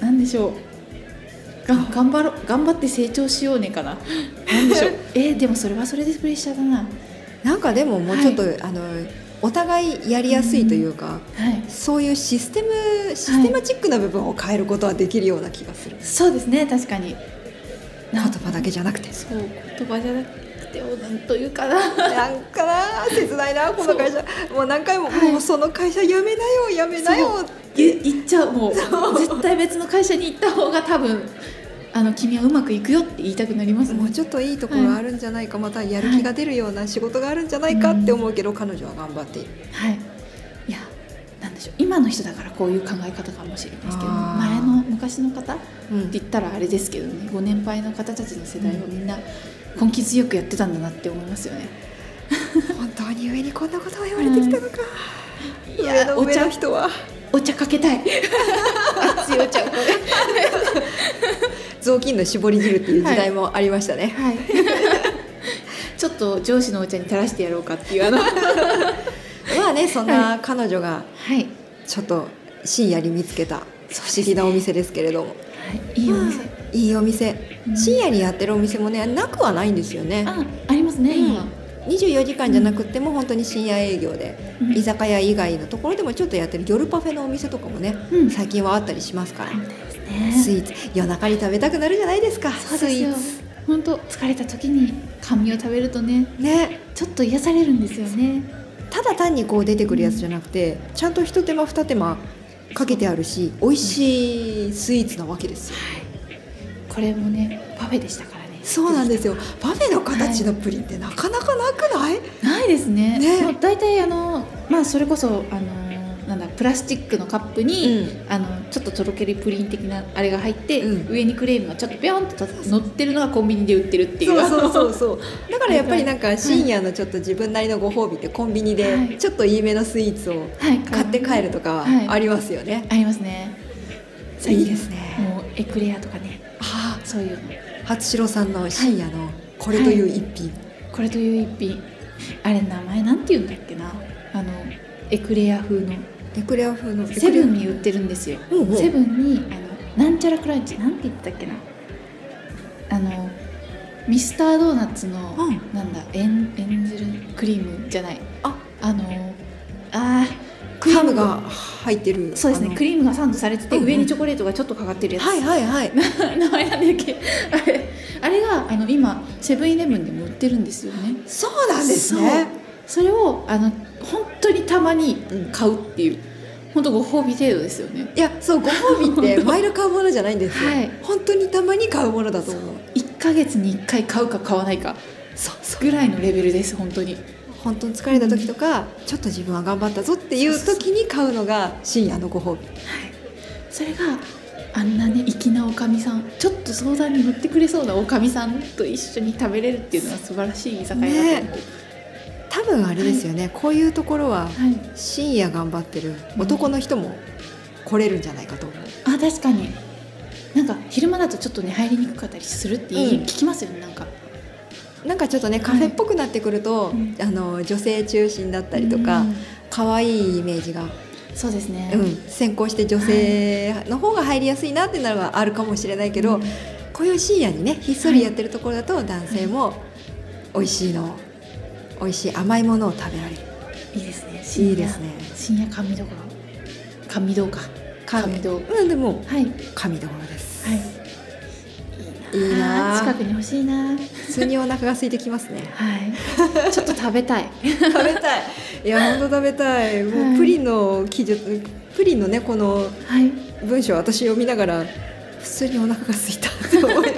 [SPEAKER 2] なんでしょうが頑張ろ頑張って成長しようねかななんで しょうえでもそれはそれでプレッシャーだなは
[SPEAKER 1] なんかでももうちょっと、あのお互いやりやすいというか、
[SPEAKER 2] い
[SPEAKER 1] そういうシステムシステマチックな部分を変えることはできるような気がする、
[SPEAKER 2] そうですね確かに
[SPEAKER 1] 言葉だけじゃなくて
[SPEAKER 2] そう言葉じゃなくておなんというか な
[SPEAKER 1] なんかな切ないなこの会社もう何回も、
[SPEAKER 2] はい
[SPEAKER 1] もうその会社やめなよやめなよ
[SPEAKER 2] い言っちゃうもう絶対別の会社に行った方が多分あの君はうまくいくよって言いたくなります
[SPEAKER 1] も
[SPEAKER 2] も
[SPEAKER 1] うんちょっといいところあるんじゃないか、またやる気が出るような仕事があるんじゃないかって思うけど、彼女は頑張ってい る
[SPEAKER 2] はいいやなんでしょう今の人だからこういう考え方かもしれないですけど
[SPEAKER 1] あー
[SPEAKER 2] 前の昔の方
[SPEAKER 1] うん
[SPEAKER 2] って言ったらあれですけどねご年配の方たちの世代はみんな根気強くやってたんだなって思いますよね
[SPEAKER 1] 本当に上にこんなことを言われてきたのか、
[SPEAKER 2] い
[SPEAKER 1] 上の
[SPEAKER 2] お
[SPEAKER 1] 上
[SPEAKER 2] 茶
[SPEAKER 1] の人は
[SPEAKER 2] お茶かけたい熱いお茶をこれ
[SPEAKER 1] 雑巾の絞り汁っていう時代もありましたね、
[SPEAKER 2] はい ちょっと上司のお茶に垂らしてやろうかってい うあのは
[SPEAKER 1] まあねそんな彼女が
[SPEAKER 2] い、
[SPEAKER 1] ちょっと深夜に見つけた不思議なお店ですけれども、
[SPEAKER 2] い、いいお店、
[SPEAKER 1] まあいいお店、
[SPEAKER 2] うん
[SPEAKER 1] 深夜にやってるお店もねなくはないんですよね
[SPEAKER 2] あありますね、
[SPEAKER 1] うん
[SPEAKER 2] 今
[SPEAKER 1] 24時間じゃなくっても本当に深夜営業で、
[SPEAKER 2] うん
[SPEAKER 1] 居酒屋以外のところでもちょっとやってる夜パフェのお店とかもね、
[SPEAKER 2] うん
[SPEAKER 1] 最近はあったりしますから、ス
[SPEAKER 2] ね
[SPEAKER 1] イーツ夜中に食べたくなるじゃないですか
[SPEAKER 2] そうですよ
[SPEAKER 1] スイー
[SPEAKER 2] 本当疲れた時に甘味を食べるとね
[SPEAKER 1] ツね
[SPEAKER 2] ちょっと癒されるんですよね
[SPEAKER 1] ただ単にこう出てくるやつじゃなくてちゃんと一手間二手間かけてあるし美味しいスイーツなわけですよ
[SPEAKER 2] これもねパフェでしたからね
[SPEAKER 1] そうなんですよパフェの形のプリンってなかなかなくない、
[SPEAKER 2] ないですね。
[SPEAKER 1] ね
[SPEAKER 2] もう大体あのまあそれこそあのなんだプラスチックのカップに、あのちょっととろけるプリン的なあれが入って、
[SPEAKER 1] う
[SPEAKER 2] 上にクレームがちょっとビョンと乗ってるのがコンビニで売ってるっていう
[SPEAKER 1] そうそうそうそうだからやっぱりなんか深夜のちょっと自分なりのご褒美ってコンビニ
[SPEAKER 2] は
[SPEAKER 1] で
[SPEAKER 2] い
[SPEAKER 1] ちょっといいめのスイーツを
[SPEAKER 2] はい、
[SPEAKER 1] 買って帰るとかはありますよね、
[SPEAKER 2] ありますね
[SPEAKER 1] い、いですね
[SPEAKER 2] もうエクレアとかね
[SPEAKER 1] あ
[SPEAKER 2] そういうの
[SPEAKER 1] あ初代さんの深夜のこれという一品、
[SPEAKER 2] これという一品あれ名前なんて言うんだっけなあのエクレア風の
[SPEAKER 1] エクレア風の
[SPEAKER 2] セブンに売ってるんですよ
[SPEAKER 1] うんうん
[SPEAKER 2] セブンにあのなんちゃらクランチなんて言ってたっけなあのミスタードーナツの、
[SPEAKER 1] うん
[SPEAKER 2] なんだエンエンジェルクリームじゃない
[SPEAKER 1] あ
[SPEAKER 2] あのあー
[SPEAKER 1] ハムが入ってる
[SPEAKER 2] そうです
[SPEAKER 1] あ
[SPEAKER 2] ね
[SPEAKER 1] の
[SPEAKER 2] クリームがサンドされてて、
[SPEAKER 1] うんうん
[SPEAKER 2] 上にチョコレートがちょっとかかってるやつ、
[SPEAKER 1] はいはい はい
[SPEAKER 2] 名前なんだっけあれあれがあの今セブンイレブンでも売ってるんですよね
[SPEAKER 1] そうなんですね
[SPEAKER 2] そうそれをあの本当にたまに
[SPEAKER 1] うん
[SPEAKER 2] 買うっていう本当ご褒美程度ですよね
[SPEAKER 1] いやそうご褒美 って毎度買うものじゃないんですよ、
[SPEAKER 2] はい
[SPEAKER 1] 本当にたまに買うものだと思う
[SPEAKER 2] 1ヶ月に1回買うか買わないか
[SPEAKER 1] そう
[SPEAKER 2] ぐらいのレベルです本当に
[SPEAKER 1] 本当に疲れた時とか、ちょっと自分は頑張ったぞっていう時に買うのが深夜のご褒美
[SPEAKER 2] それがあんなね粋なおかみさんちょっと相談に乗ってくれそうなおかみさんと一緒に食べれるっていうのは素晴らしい居酒屋だと思う、
[SPEAKER 1] 多分あれですよね、こういうところは
[SPEAKER 2] はい、
[SPEAKER 1] 深夜頑張ってる男の人も来れるんじゃないかと思う、
[SPEAKER 2] あ確かになんか昼間だとちょっとね入りにくかったりするっていい、
[SPEAKER 1] うん
[SPEAKER 2] 聞きますよねなんか
[SPEAKER 1] なんかちょっとねカフェっぽくなってくると、
[SPEAKER 2] うん
[SPEAKER 1] あの女性中心だったりとか、
[SPEAKER 2] うん
[SPEAKER 1] 可愛いイメージが、
[SPEAKER 2] そうですね、
[SPEAKER 1] うん、先行して女性の方が入りやすいなってなるのはあるかもしれないけど、
[SPEAKER 2] うん
[SPEAKER 1] こういう深夜にねひっそりやってるところだと男性も美味しいの美味しい甘いものを食べられる
[SPEAKER 2] いいですね深夜
[SPEAKER 1] いいですね
[SPEAKER 2] 深夜甘味どころ甘味堂か甘味堂はい
[SPEAKER 1] うんでも
[SPEAKER 2] はい
[SPEAKER 1] 神どころです、
[SPEAKER 2] い
[SPEAKER 1] いいなあ
[SPEAKER 2] 近くに欲しいなあ
[SPEAKER 1] 普通にお腹が空いてきますね
[SPEAKER 2] はいちょっと食べたい
[SPEAKER 1] 食べたいいや本当食べたいも
[SPEAKER 2] は
[SPEAKER 1] う
[SPEAKER 2] い
[SPEAKER 1] プリンの記述プリンのねこの
[SPEAKER 2] はい
[SPEAKER 1] 文章を私読みながら普通にお腹が空いたって思い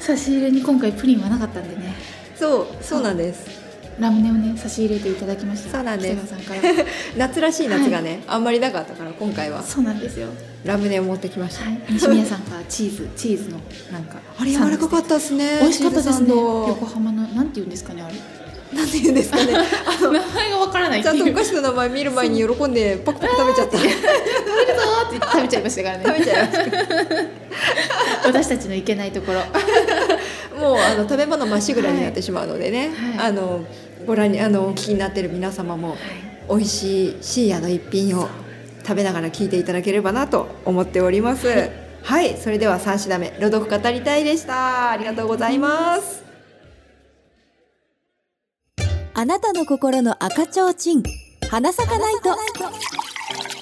[SPEAKER 2] 差し入れに今回プリンはなかったんでね
[SPEAKER 1] そうそうなんです
[SPEAKER 2] ラムネをね差し入れていただきました
[SPEAKER 1] そうなんです
[SPEAKER 2] 長谷川さんか
[SPEAKER 1] 夏らしい夏がね、あんまりなかったから今回は
[SPEAKER 2] らそうなんですよ
[SPEAKER 1] ラムネを持ってきました、
[SPEAKER 2] はい西宮さんがチーズチーズのなんか
[SPEAKER 1] あれ柔らかか
[SPEAKER 2] っ
[SPEAKER 1] ったですね
[SPEAKER 2] 美味しかったで
[SPEAKER 1] チー
[SPEAKER 2] す
[SPEAKER 1] ズ
[SPEAKER 2] ね
[SPEAKER 1] サンド
[SPEAKER 2] 横浜のなんて言うんですかねあれ
[SPEAKER 1] なんて言うんですかねあの
[SPEAKER 2] 名前がわからない
[SPEAKER 1] ちゃんとお
[SPEAKER 2] 食べるぞ
[SPEAKER 1] 菓子の名前見る前に喜んでパクパク食べちゃった
[SPEAKER 2] ーって食べちゃいましたからね
[SPEAKER 1] 食べちゃいました
[SPEAKER 2] 私たちのいけないところ
[SPEAKER 1] もうあの食べ物まっしぐらになってしまうのでね、
[SPEAKER 2] はい
[SPEAKER 1] あのご覧にあのお聞きになってる皆様も美味しい深夜の一品を食べながら聞いていただければなと思っておりますはい、それでは3品目「朗読語りたい」でしたありがとうございます
[SPEAKER 4] あなたの心の赤ちょうちん花咲かないと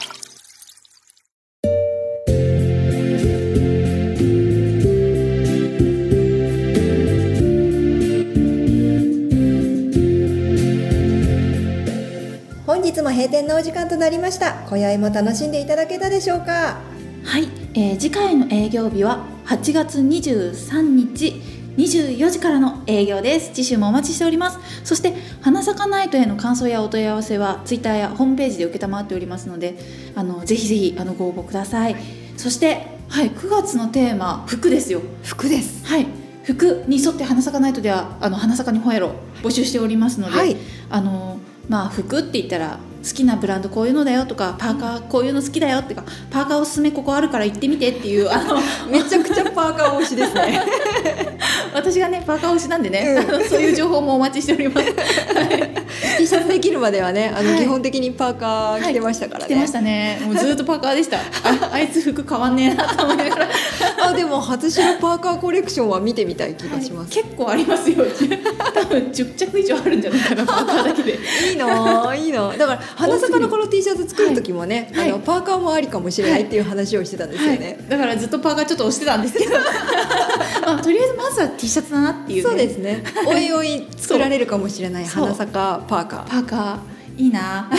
[SPEAKER 1] 本日も閉店のお時間となりました今宵も楽しんでいただけたでしょうか
[SPEAKER 2] はい、えー次回の営業日は8月23日24時からの営業です次週もお待ちしておりますそして花咲かナイトへの感想やお問い合わせはツイッターやホームページで受けたまっておりますのであのぜひぜひあのご応募くださいそしてはい9月のテーマ服ですよ
[SPEAKER 1] 服です
[SPEAKER 2] はい服に沿って花咲かナイトではあの花咲かに吠えろ募集しておりますので、
[SPEAKER 1] はい
[SPEAKER 2] あのまあ服って言ったら好きなブランドこういうのだよとかパーカーこういうの好きだよってかパーカーおすすめここあるから行ってみてっていうあの
[SPEAKER 1] めちゃくちゃパーカー推しですね
[SPEAKER 2] 私がねパーカー推しなんでね、あのそういう情報もお待ちしております
[SPEAKER 1] T シャツできるまではねあの、
[SPEAKER 2] はい
[SPEAKER 1] 基本的にパーカー着てましたから
[SPEAKER 2] 来
[SPEAKER 1] ね、
[SPEAKER 2] てましたね もうずっとパーカーでしたああいつ服変わんねえなと思いながら
[SPEAKER 1] あでも初白パーカーコレクションは見てみたい気がします、
[SPEAKER 2] 結構ありますよ多分10着以上あるんじゃないか なパーカーだけ
[SPEAKER 1] い
[SPEAKER 2] で
[SPEAKER 1] いな あいいなあだから花坂のこの T シャツ作る時もね、
[SPEAKER 2] はい
[SPEAKER 1] あのパーカーもありかもしれないっていう話をしてたんですよね、
[SPEAKER 2] はい、だからずっとパーカーちょっと押してたんです けど、まあ、とりあえずまずは T シャツだなっていう、ね、
[SPEAKER 1] そうですねおいおい作られるかもしれ ない
[SPEAKER 2] そう
[SPEAKER 1] 花坂パーカー
[SPEAKER 2] パーカーいい な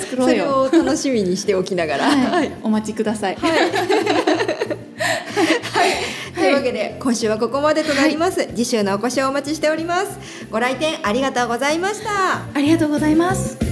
[SPEAKER 2] 作ろ
[SPEAKER 1] そうれ
[SPEAKER 2] よ
[SPEAKER 1] を楽しみにしておきなが ら、
[SPEAKER 2] はい、お待ちください、
[SPEAKER 1] というわけで今週はここまでとなります、次週のお越しをお待ちしておりますご来店ありがとうございました
[SPEAKER 2] ありがとうございます